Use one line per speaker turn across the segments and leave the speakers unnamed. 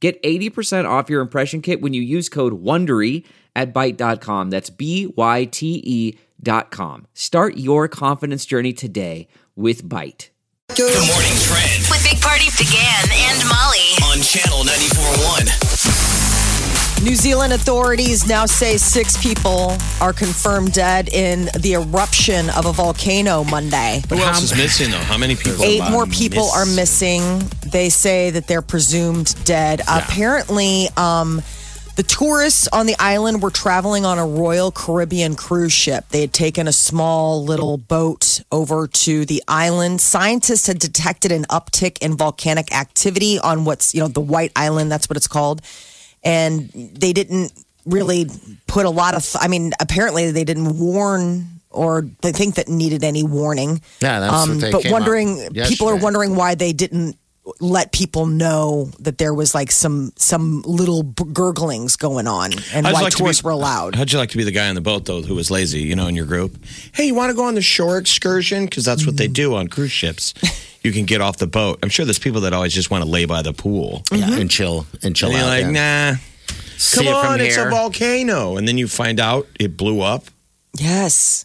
Get 80% off your impression kit when you use code WONDERY at Byte.com. That's b y t e dot com. Start your confidence journey today with Byte.
Good morning, Trend
with Big Party began and Molly.
on Channel 94.1.
New Zealand authorities now say six people are confirmed dead in the eruption of a volcano Monday.
Who else is missing though? How many people?
Eight
are
more people are missing. They say that they're presumed dead. Apparently, um, the tourists on the island were traveling on a Royal Caribbean cruise ship. They had taken a small little boat over to the island. Scientists had detected an uptick in volcanic activity on what's, you know, the White Island, that's what it's called. And they didn't really put a lot of, I mean, apparently they didn't warn or they think that needed any warning.
Yeah, that's what they
Um, But
came up
wondering, people are
yesterday.
wondering why they didn't let people know that there was like some some little b- gurglings going on and
How'd you
why
like to
tourists
be-
were allowed.
How'd you like to be the guy on the boat though, who was lazy? You know, in your group. Hey, you want to go on the shore excursion? Because that's what they do on cruise ships. You can get off the boat. I'm sure there's people that always just want to lay by the pool.
Yeah, and chill and chill
And you're
out.
like,
yeah.
nah.
See
Come
it
Mm-hmm. on,
from
it's a
here.
volcano, and then you find out it blew up.
Yes.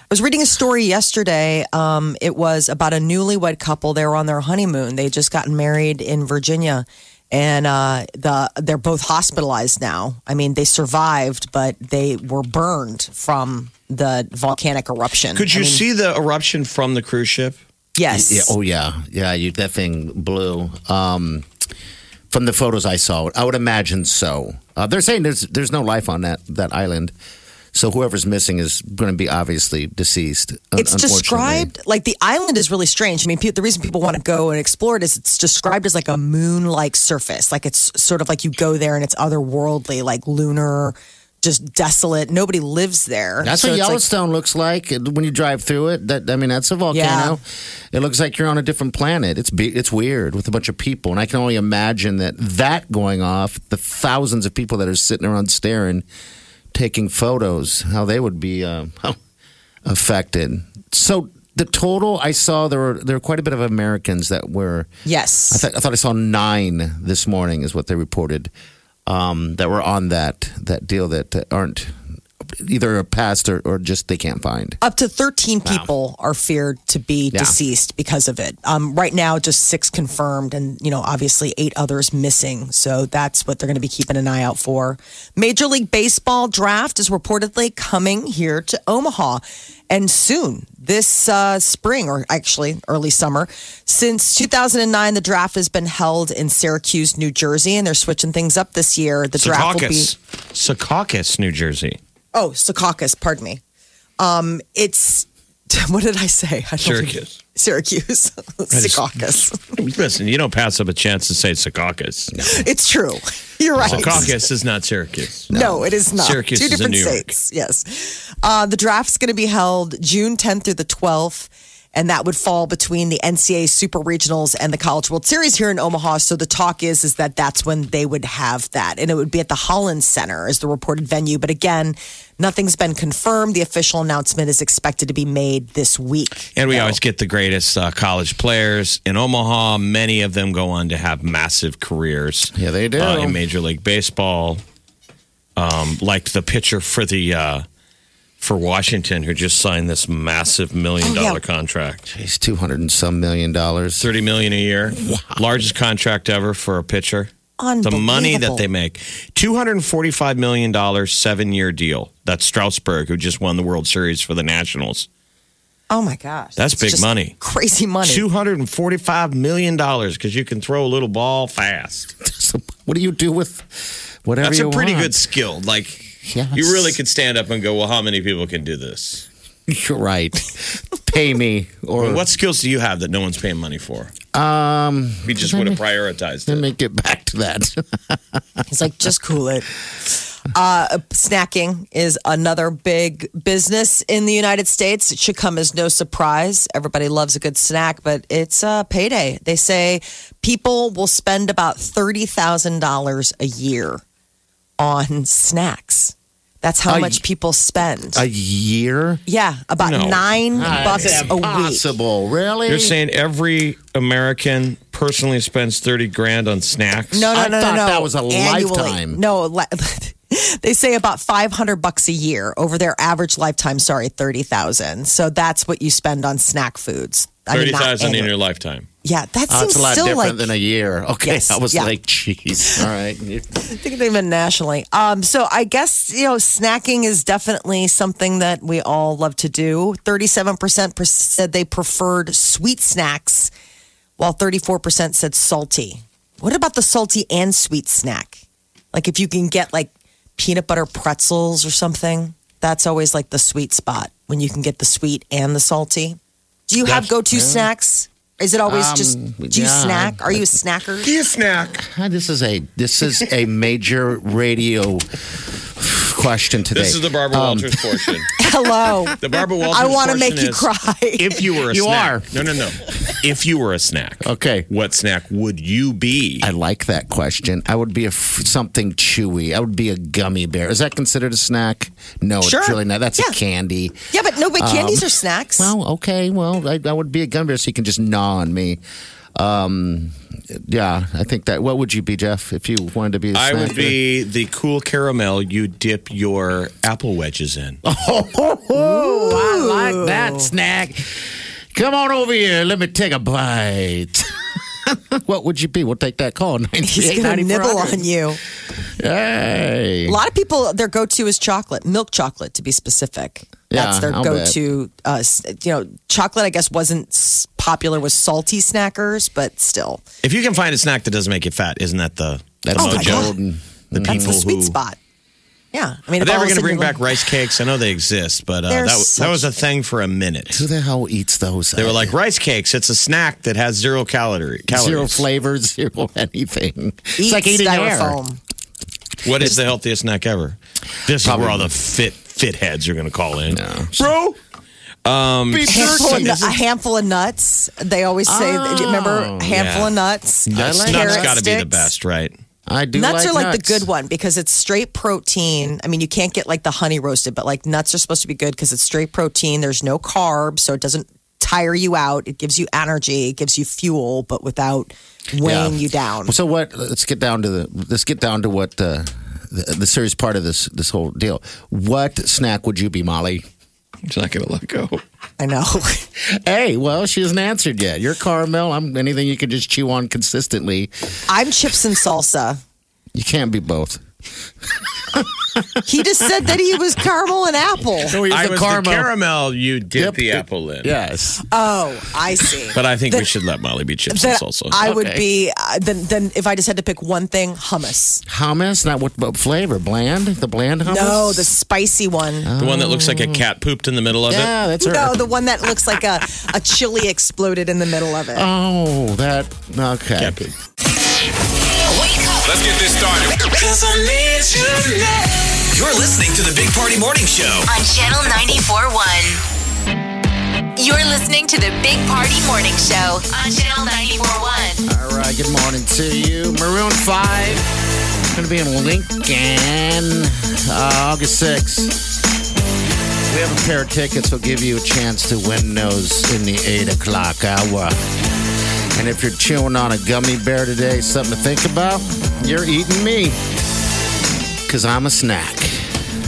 I was reading a story yesterday. Um, it was about a newlywed couple. They were on their honeymoon. They had just gotten married in Virginia, and uh, the they're both hospitalized now. I mean, they survived, but they were burned from the volcanic eruption.
Could you
I mean,
see the eruption from the cruise ship?
Yes.
Yeah, oh yeah, yeah. You, that thing blew. Um, from the photos I saw, I would imagine so. Uh, they're saying there's there's no life on that that island, so whoever's missing is going to be obviously deceased. un-
It's
unfortunately.
described like the island is really strange. I mean, pe- the reason people want to go and explore it is it's described as like a moon like surface. Like it's sort of like you go there and it's otherworldly, like lunar, just desolate. Nobody lives there.
That's
So
what
it's like-
Yellowstone looks like uh, when you drive through it. That I mean, that's a volcano. It looks like you're on a different planet. It's be, it's weird with a bunch of people, and I can only imagine that that going off, the thousands of people that are sitting around staring, taking photos, how they would be uh, affected. So the total I saw there were there were quite a bit of Americans that were.
yes.
I, th- I thought I saw nine this morning, is what they reported, um, that were on that that deal that, that aren't either passed or, or just they can't find.
Up to 13 people are feared to be
Yeah.
deceased because of it. Um, right now, just six confirmed, and you know, obviously eight others missing. So that's what they're going to be keeping an eye out for. Major League Baseball draft is reportedly coming here to Omaha, and soon this uh, spring, or actually early summer. Since 2009, the draft has been held in Syracuse, New Jersey, and they're switching things up this year. The draft will be
Secaucus, Secaucus, New Jersey.
Oh, Secaucus, pardon me. Um, it's what did I say? I don't
Syracuse.
think- Syracuse. Secaucus.
Listen, you don't pass up a chance to say Secaucus.
It's true. You're right.
Secaucus is not Syracuse.
No, it is not.
Syracuse
Two
is in
different
New York.
states. Yes. Uh, the draft's going to be held June 10th through the 12th. And that would fall between the NCAA Super Regionals and the College World Series here in Omaha. So the talk is is that that's when they would have that, and it would be at the Holland Center as the reported venue. But again, nothing's been confirmed. The official announcement is expected to be made this week.
And we always get the greatest uh, college players in Omaha. Many of them go on to have massive careers.
Yeah, they do.
uh, in Major League Baseball. Um, like the pitcher for the uh, for Washington, who just signed this massive million
Oh, yeah.
dollar contract,
It's 200 and some million dollars.
thirty million a year, largest contract ever for a pitcher. The
Unbelievable.
money that they make, two hundred and forty five million dollars, seven year deal. That's Strasburg, who just won the World Series for the Nationals.
Oh my gosh,
That's
It's
big
just
money.
crazy money.
Two hundred and forty-five million dollars because you can throw a little ball fast.
So what do you do with whatever
That's a
you
pretty
want?
good skill. Like
Yes.
you really could stand up and go, "Well, how many people can do this?
You're right. Pay me or
What skills do you have that no one's paying money for?"
Um,
We just would have prioritized
let
it.
me get back to that.
He's like, just cool it. Uh, snacking is another big business in the United States. It should come as no surprise. Everybody loves a good snack, but it's a payday. They say people will spend about $30,000 a year on snacks. That's how
A
much people spend.
a year?
yeah, about
No.
nine bucks
That's
a week.
impossible. Really?
You're saying every American personally spends 30 grand on snacks?
No, no,
I
no,
thought
no, no.
that was a
Annually.
lifetime.
No, li- they say about five hundred bucks a year over their average lifetime. Sorry, thirty thousand. So that's what you spend on snack foods. I mean, not
30,000 in
annual.
your lifetime.
Yeah, that
Oh,
seems
it's a lot
still like
different than a year. Okay,
Yes,
I was
yeah.
like, jeez. All right.
I think they meant nationally. Um, so I guess you know, snacking is definitely something that we all love to do. Thirty-seven percent said they preferred sweet snacks, while thirty-four percent said salty. What about the salty and sweet snack? Like if you can get like peanut butter pretzels or something, that's always like the sweet spot when you can get the sweet and the salty. Do you have
That's-
go-to
yeah.
snacks? Is it always just
Um,
do you
yeah.
snack? Are you a snacker?
You snack.
Hi, This is a this is a major radio question today.
This is the Barbara Walters portion.
Hello.
The Barbara Walters
Um. I
want to
make you cry.
If you were a
You
snack. No, no, no. If you were a snack.
Okay.
What snack would you be?
I like that question. I would be a f- something chewy. I would be a gummy bear. Is that considered a snack? No,
Sure.
it's really not. That's
Yeah.
a candy.
Yeah, but no, but candies are snacks.
Um, Well, okay. Well, I, I would be a gummy bear, so you can just gnaw on me. Um, yeah, I think that. What would you be, Jeff, if you wanted to be? a
I
snack
would
bear?
be the cool caramel you dip your apple wedges in.
Oh, I like that snack. Come on over here. Let me take a bite. what would you be? We'll take that call.
He's gonna nibble on you.
Hey.
A lot of people, their go-to is chocolate, milk chocolate to be specific. That's
Yeah,
their
I'll
go-to. Uh, s- you know, chocolate. I guess wasn't s- popular with salty snackers, but still,
If you can find a snack that doesn't make you fat, isn't that the, the
That's
Oh
the
my God.
golden.
The people
that's the sweet
who
spot. Yeah, I mean,
Are
if
they ever
all of a
going to
sudden
bring
you're
back rice cakes? I know they exist, but uh,
They're
that, w- that
such-
was a thing for a minute.
Who the hell eats those? uh,
They were like rice cakes. It's a snack that has zero calorie calories.
zero flavors, zero anything. it's like
eat
eating air.
styrofoam.
What is the healthiest snack ever? This is where all the fit fit heads are going to call in, bro. Um,
Handful of nu- a handful of nuts. They always say, remember, a handful
Oh, yeah.
of nuts.
nuts
like
nuts
carrot
got to be the
sticks.
best, right?
I do.
nuts
like
are like
nuts.
the good one because it's straight protein. I mean, you can't get like the honey roasted, but like nuts are supposed to be good because it's straight protein. There's no carbs, so it doesn't tire you out. It gives you energy, it gives you fuel, but without weighing
Yeah.
you down.
So what? Let's get down to the. Let's get down to what uh, the, the serious part of this this whole deal. What snack would you be, Molly?
It's not going to let go.
I know.
Hey, well, she hasn't answered yet. You're caramel. I'm anything you can just chew on consistently.
I'm chips and salsa.
You can't be both.
He just said that he was caramel and apple.
I was the caramel you dip
Yep.
the apple in.
Yes.
Oh, I see.
but I think we should let Molly be chips and
That
salsa.
I would
Okay.
be uh, then. Then if I just had to pick one thing, hummus.
Hummus, not what, what flavor? Bland? The bland hummus?
No, the spicy one.
the one that looks like a
Oh.
cat pooped in the middle of
Yeah,
it.
that's her.
No, the one that looks like a, a chili exploded in the middle of it.
Oh, that. Okay.
Cat poop.
Wake up
Let's get this started. You're listening to the Big Party Morning Show.
on Channel 94.1. You're listening to the Big Party Morning Show on Channel 94.1.
All right. Good morning to you. Maroon 5. Going to be in Lincoln uh, August 6th. We have a pair of tickets. We'll give you a chance to win those in the 8 o'clock hour. And if you're chewing on a gummy bear today, something to think about, you're eating me. Because I'm a snack.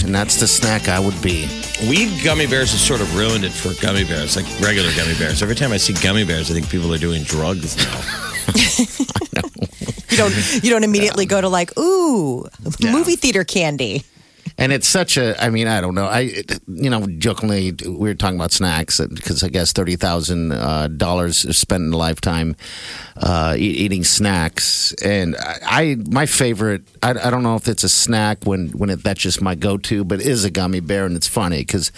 And that's the snack I would be.
Weed gummy bears have sort of ruined it for gummy bears, like regular gummy bears. Every time I see gummy bears, I think people are doing drugs now.
You don't you don't immediately go to like ooh movie theater candy.
And it's such a, I mean, I don't know. I, it- you know, jokingly, we were talking about snacks because I guess $30,000 dollars spent in a lifetime uh, e- eating snacks. And I, I my favorite, I, I don't know if it's a snack when, when it, that's just my go to, but it is a gummy bear. And it's funny because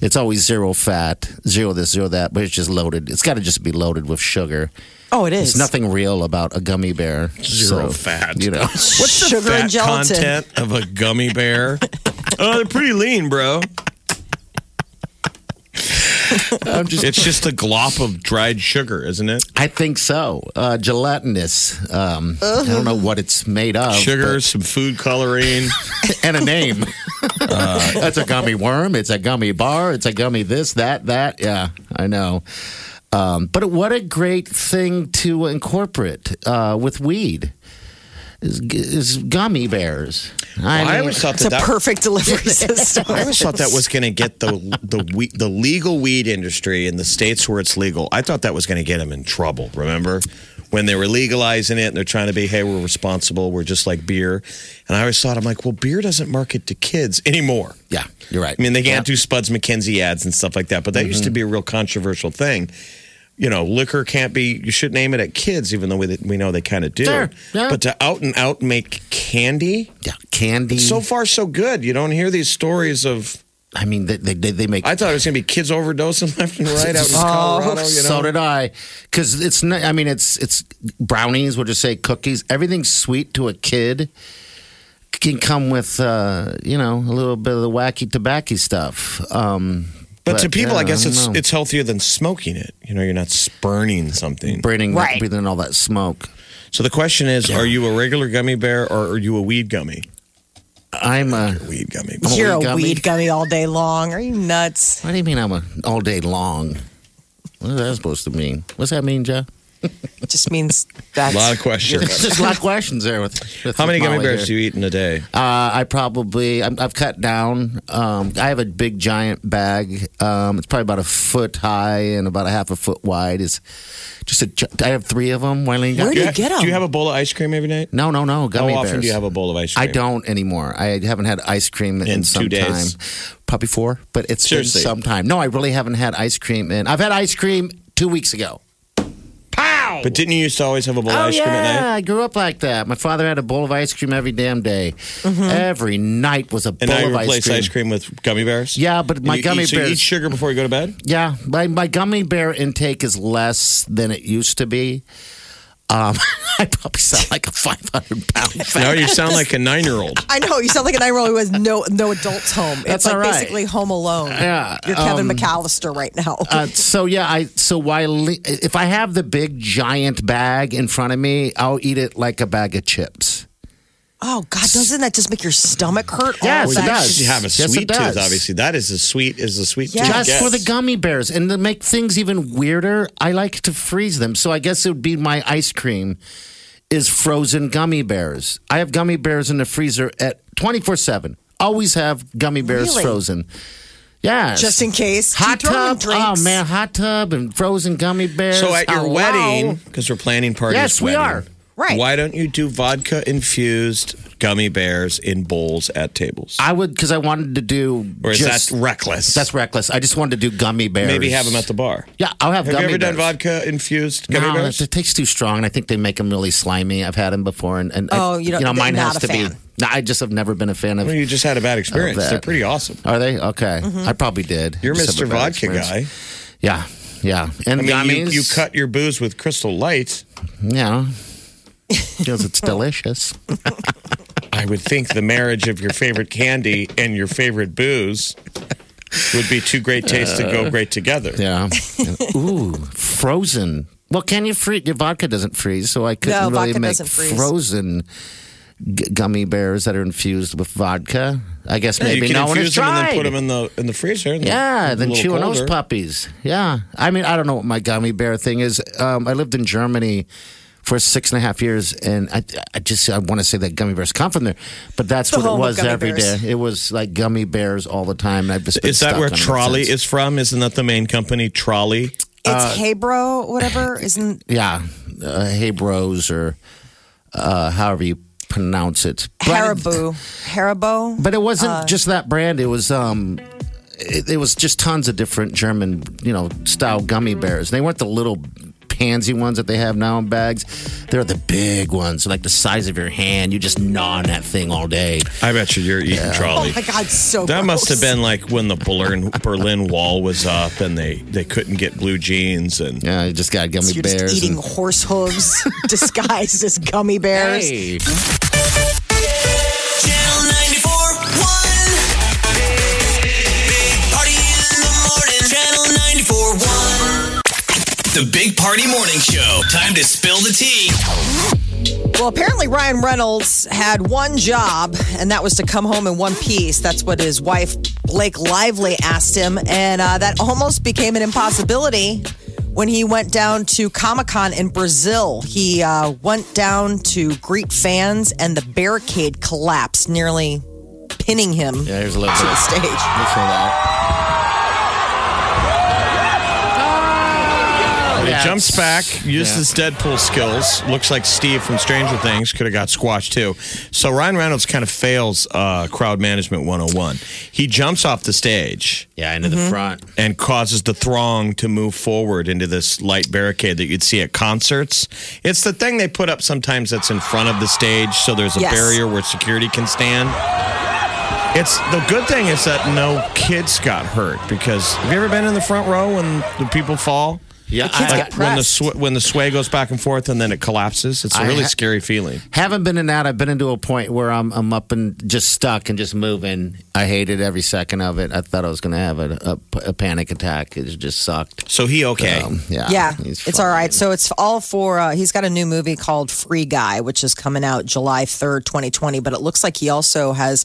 it's always zero fat, zero this, zero that, but it's just loaded. It's got to just be loaded with sugar.
Oh, it is.
There's nothing real about a gummy bear.
Zero
So,
fat.
You know,
What's the sugar
fat
and gelatin?
content of a gummy bear. Oh, they're pretty lean, bro.
I'm just
It's just a glop of dried sugar, isn't it?
I think so. Uh, gelatinous. Um, I don't know what it's made of.
Sugar, some food coloring.
but- and a name. That's a gummy worm. It's a gummy bar. It's a gummy this, that, that. Yeah, I know. Um, but what a great thing to incorporate uh, with weed is, is gummy bears. I,
I
mean,
always thought
It's a
that, that
perfect delivery system.
I always thought that was going to get the the we, the legal weed industry in the states where it's legal. I thought that was going to get them in trouble. Remember when they were legalizing it and they're trying to be, hey, we're responsible. We're just like beer. And I always thought I'm like, well, beer doesn't market to kids anymore.
yeah, you're right. Mm-hmm.
I mean, they can't do Spuds McKenzie ads and stuff like that. But that used to be a real controversial thing. You know, liquor can't be. You should name it at kids, even though we, we know they kind of do.
Sure, yeah.
But to out and out make candy,
yeah, candy.
so far so good. You don't hear these stories of.
I mean, they they, they make.
I thought it was going to be kids overdosing left and right
Oh.
out in Colorado. You know?
So did I, because it's not. I mean, it's it's brownies. We'll just say cookies. Everything sweet to a kid can come with uh, you know a little bit of the wacky tobacco stuff. Um,
but, to people,
yeah,
I guess
don't
it's
know.
it's healthier than smoking it. You know, you're not spurning something.
breathing
Right.
breathing all that smoke.
So the question is, are you a regular gummy bear or are you a weed gummy?
I'm uh, a.
Weed gummy.
You're a
weed gummy.
weed gummy all day long. Are you nuts?
What do you mean? I'm a all day long. What is that supposed to mean? What's that mean, Jeff?
It just means that's
A lot of questions.
It's just a lot of questions there. With, with
How many gummy
Molly
bears
here.
do you eat in a day?
Uh, I probably I'm, I've cut down. Um, I have a big giant bag. Um, it's probably about a foot high and about a half a foot wide. Is just a. gi- I have three of them. Why
Where do you get them?
Do you have a bowl of ice cream every night?
No, no, no. Gummy
How often
bears.
do you have a bowl of ice
I
cream?
don't anymore. I haven't had ice cream in,
In
some
two days.
time. Probably four, but it's
Seriously.
been some time. No, I really haven't had ice cream in. I've had ice cream two weeks ago.
But didn't you used to always have a bowl of ice
Oh, yeah,
cream at night?
I grew up like that. My father had a bowl of ice cream every damn day. Every night was a
And
bowl
now you
of ice
replace
cream.
ice cream with gummy bears?
Yeah, but
And
my
you
gummy
eat, So you
bears-
eat sugar before you go to bed?
Yeah, my, my gummy bear intake is less than it used to be. Um, I probably sound like a 500 pound fat.
No, you sound like a nine year old.
I know you sound like a nine-year-old who has no no adults home. it's
That's
like
all right.
basically Home Alone.
Yeah, um,
you're Kevin McAllister right now.
Uh, so yeah, I so why li- if I have the big giant bag in front of me, I'll eat it like a bag of chips.
oh God, doesn't that just make your stomach hurt?
Yes,
All that
it does.
You have a
Yes, it
sweet
does.
tooth, obviously. That is as sweet as the sweet
Yes.
tooth.
Just
gets.
for the gummy bears, and to make things even weirder, I like to freeze them. So I guess it would be my ice cream is frozen gummy bears. I have gummy bears in the freezer at twenty four seven. Always have gummy bears
Really?
frozen. Yeah,
Just in case. Do you
Hot
throw them in
tub. Oh
drinks?
man, hot tub and frozen gummy bears. Oh,
So at your
Hello.
wedding, because we're planning parties.
Yes, we are.
Right.
Why don't you do vodka infused gummy bears in bowls at tables?
I would because I wanted to do.
or is
just,
that reckless?
that's reckless? I just wanted to do gummy bears.
Maybe have them at the bar.
Yeah, I'll have,
Have
gummy
you ever done
bears.
vodka infused gummy
No,
bears?
it, it tastes too strong, and I think they make them really slimy. I've had them before, and, and
Oh,
I,
you don't-
know, mine
not
has
a
to be.
fan.
No, I just have never been a fan of.
Well, you just had a bad experience.
that.
They're pretty awesome.
Are they okay?
Mm-hmm.
I probably did.
You're
Just
Mr.
have a bad
Vodka guy.
experience. Yeah, yeah, and
I mean,
gummies.
you, you cut your booze with Crystal Light.
Yeah, because it's delicious.
I would think the marriage of your favorite candy and your favorite booze would be two great tastes that go great together.
Uh, Yeah. Ooh, frozen. Well, can you freeze? Your vodka doesn't freeze, so I couldn't
No,
really
vodka
make
doesn't freeze.
frozen g- gummy bears that are infused with vodka. I guess
Yeah,
maybe
you can
no one has
infuse them
tried.
and then put them in the in the freezer. and
yeah,
they're a
then
little
chew on those
colder.
puppies. Yeah, I mean, I don't know what my gummy bear thing is. Um, I lived in Germany for six and a half years, and I, I just I want to say that gummy bears come from there, but that's
The
what it
home of
was
gummy
every day.
bears.
It was like gummy bears all the time. And I've just been
Is that
stuck
where
on it
Trolley
since.
is from? Isn't that the main company, Trolley?
It's Hebro, whatever. Isn't
yeah, uh, hey bros, or uh, however you pronounce it.
Haribo? Haribo.
But it wasn't
Uh,
just that brand. It was um, it, it was just tons of different German, you know, style gummy bears. They weren't the little pansy ones that they have now in bags. They're the big ones, like the size of your hand. You just gnaw on that thing all day.
I bet you you're eating trolley.
Oh my God, so
That must have
gross.
been like when the Berlin Berlin Wall was up, and they they couldn't get blue jeans, and
Yeah, you just got gummy
You're
bears.
just eating
and-
horse hooves disguised as gummy bears.
Hey.
Channel 94.1. Big Party in the morning. Channel 94.1. The Big Party Morning Show. Time to spill the tea.
Well, apparently Ryan Reynolds had one job, and that was to come home in one piece. That's what his wife, Blake Lively, asked him. And uh, that almost became an impossibility when he went down to Comic Con in Brazil. He uh, went down to greet fans, and the barricade collapsed, nearly pinning him
Yeah, here's a little bit
to the
of
stage.
Let's hear that.
he
Yeah,
jumps back,
it's-
uses
yeah.
his Deadpool skills. Looks like Steve from Stranger Things could have got squashed too. So Ryan Reynolds kind of fails uh, crowd management 101. He jumps off the stage.
Yeah, into
Mm-hmm.
the front.
and causes the throng to move forward into this light barricade that you'd see at concerts. It's the thing they put up sometimes that's in front of the stage, so there's a
Yes.
barrier where security can stand. It's the good thing is that no kids got hurt because have you ever been in the front row when the people fall?
Yeah,
kids
I-
get
when the
pressed.
sw- when the sway goes back and forth and then it collapses, it's a
I
really
ha-
scary feeling.
Haven't been in that. I've been into a point where I'm I'm up and just stuck and just moving. I hated every second of it. I thought I was going to have a, a, a panic attack. It just sucked.
So he okay?
Um, yeah,
Yeah,
he's
it's all right.
fine.
So it's all for. Uh, he's got a new movie called Free Guy, which is coming out July third, twenty twenty. But it looks like he also has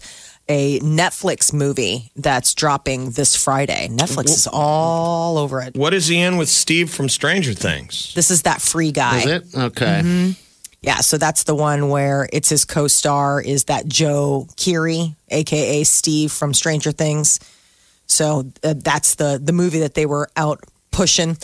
a Netflix movie that's dropping this Friday. Netflix is all over it.
what is he in with Steve from Stranger Things?
This is that Free Guy.
Is it okay?
Mm-hmm. Yeah, so that's the one where it's his co-star is that Joe Keery, aka Steve from Stranger Things. So uh, that's the the movie that they were out pushing.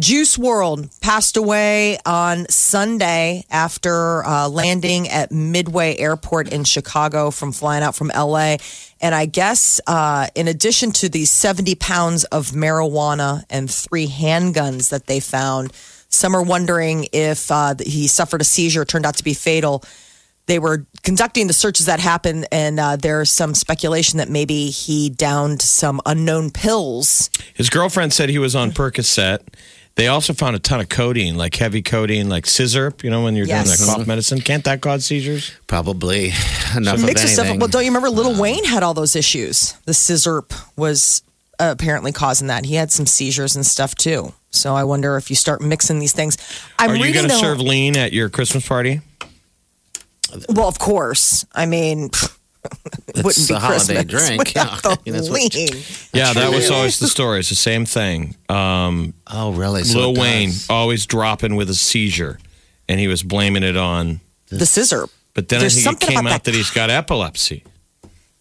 Juice World passed away on Sunday after uh, landing at Midway Airport in Chicago from flying out from LA. And I guess uh, in addition to the 70 pounds of marijuana and three handguns that they found, some are wondering if uh, he suffered a seizure, it turned out to be fatal they were conducting the searches that happened, and uh, there's some speculation that maybe he downed some unknown pills.
His girlfriend said he was on Percocet. They also found a ton of codeine, like heavy codeine, like scissor. You know, when you're
Yes. Mm-hmm.
doing that cough medicine, can't that cause seizures?
Probably enough
Mix
of
of stuff.
anything. Um,
Well, don't you remember Little Wayne had all those issues? The scissorp was uh, apparently causing that. He had some seizures and stuff too. So I wonder if you start mixing these things. I'm
Are you
reading
going to
the-
serve lean at your Christmas party?
Well, of course. I mean, it wouldn't
It's
be
a holiday
Christmas
drink.
without
Yeah.
the
That's what-
lean.
yeah, that was always the story. It's the same thing. Um,
oh, really? So
Lil
it
Wayne
does.
always dropping with a seizure, and he was blaming it on.
The scissorp.
But then
There's
I think it
something
came
about
out that he's got epilepsy.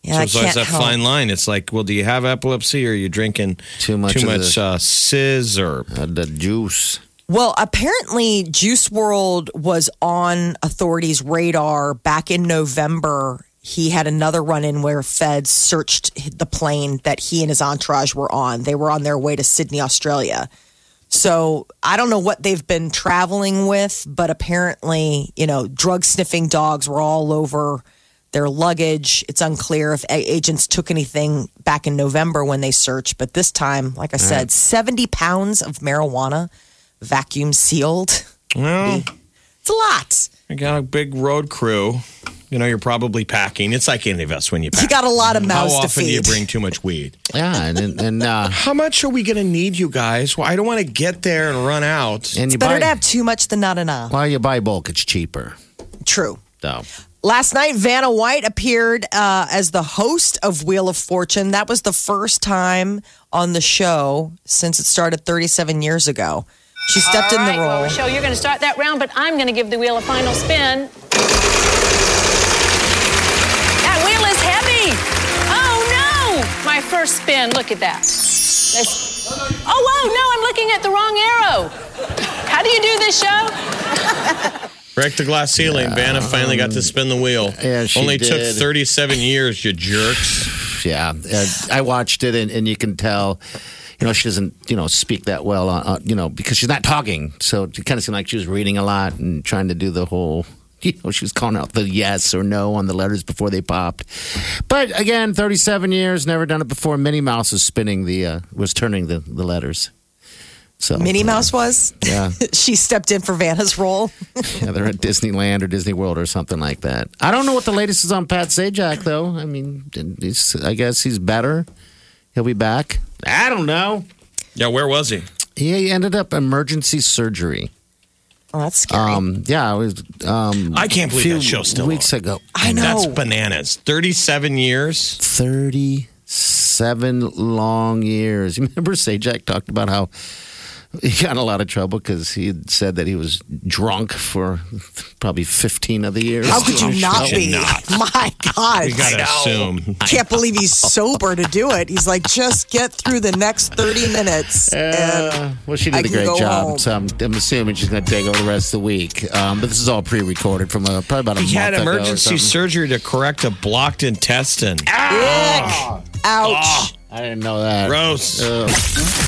Yeah,
so
I
it's always
can't
that
help.
fine line. It's like, well, do you have epilepsy or are you drinking
Too much
too
of
much
the-
uh, scissor?
Uh, the juice.
Well, apparently, Juice World was on authorities' radar back in November. He had another run in where feds searched the plane that he and his entourage were on. They were on their way to Sydney, Australia. So I don't know what they've been traveling with, but apparently, you know, drug sniffing dogs were all over their luggage. It's unclear if a- agents took anything back in November when they searched, but this time, like I said, 70 pounds of marijuana vacuum sealed.
Well,
It's a lot.
You got a big road crew. You know, you're probably packing. It's like any of us when you pack.
You got a lot of
How
mouths to
often do you
feed.
bring too much weed?
Yeah, and and, and, uh,
How much are we going to need, you guys? Well, I don't want to get there and run out.
and you
Better
buy
to have too much than not enough.
well, you buy bulk. It's cheaper.
True.
So
Last night, Vanna White appeared uh, as the host of Wheel of Fortune. That was the first time on the show since it started 37 years ago. She stepped
All
in
right,
the
well,
role.
Rochelle, you're going to start that round, but I'm going to give the wheel a final spin. That wheel is heavy. Oh no! My first spin. Look at that. That's- oh whoa! No, I'm looking at the wrong arrow. How do you do this show?
Break the glass ceiling. Vanna finally got to spin the wheel.
yeah, she
Only took
did.
37 years, you jerks.
yeah, uh, I watched it, and, and you can tell. you know, she doesn't, you know, speak that well, on, on, you know, because she's not talking. So it kind of seemed like she was reading a lot and trying to do the whole, you know, she was calling out the yes or no on the letters before they popped. But again, 37 years, never done it before. Minnie Mouse was spinning the, uh, was turning the, the letters. So
Minnie Mouse was.
Yeah.
she stepped in for Vanna's role.
yeah, they're at Disneyland or Disney World or something like that. I don't know what the latest is on Pat Sajak though. I mean, he's, I guess he's better. He'll be back. I don't know.
Yeah, where was he?
He ended up emergency surgery.
Oh, that's scary.
Um, yeah, it was. Um,
I can't believe
few
that show's still
weeks
on.
ago.
I know.
That's bananas. 37 years.
Thirty-seven long years. Remember, Sajak talked about how he got in a lot of trouble because he had said that he was drunk for probably fifteen of the years.
How could you not
should
be?
not.
My God.
You gotta assume.
I can't believe he's sober to do it. He's like, just get through the next 30 minutes.
Uh,
and
well, she
I
did
can
a great
go
job,
home.
so I'm, I'm assuming she's going to take over the rest of the week. Um, but this is all pre-recorded from a, probably about a
He had
month ago or
emergency
something.
surgery to correct a blocked intestine.
Ouch.
Ah.
I didn't know that.
Gross.
The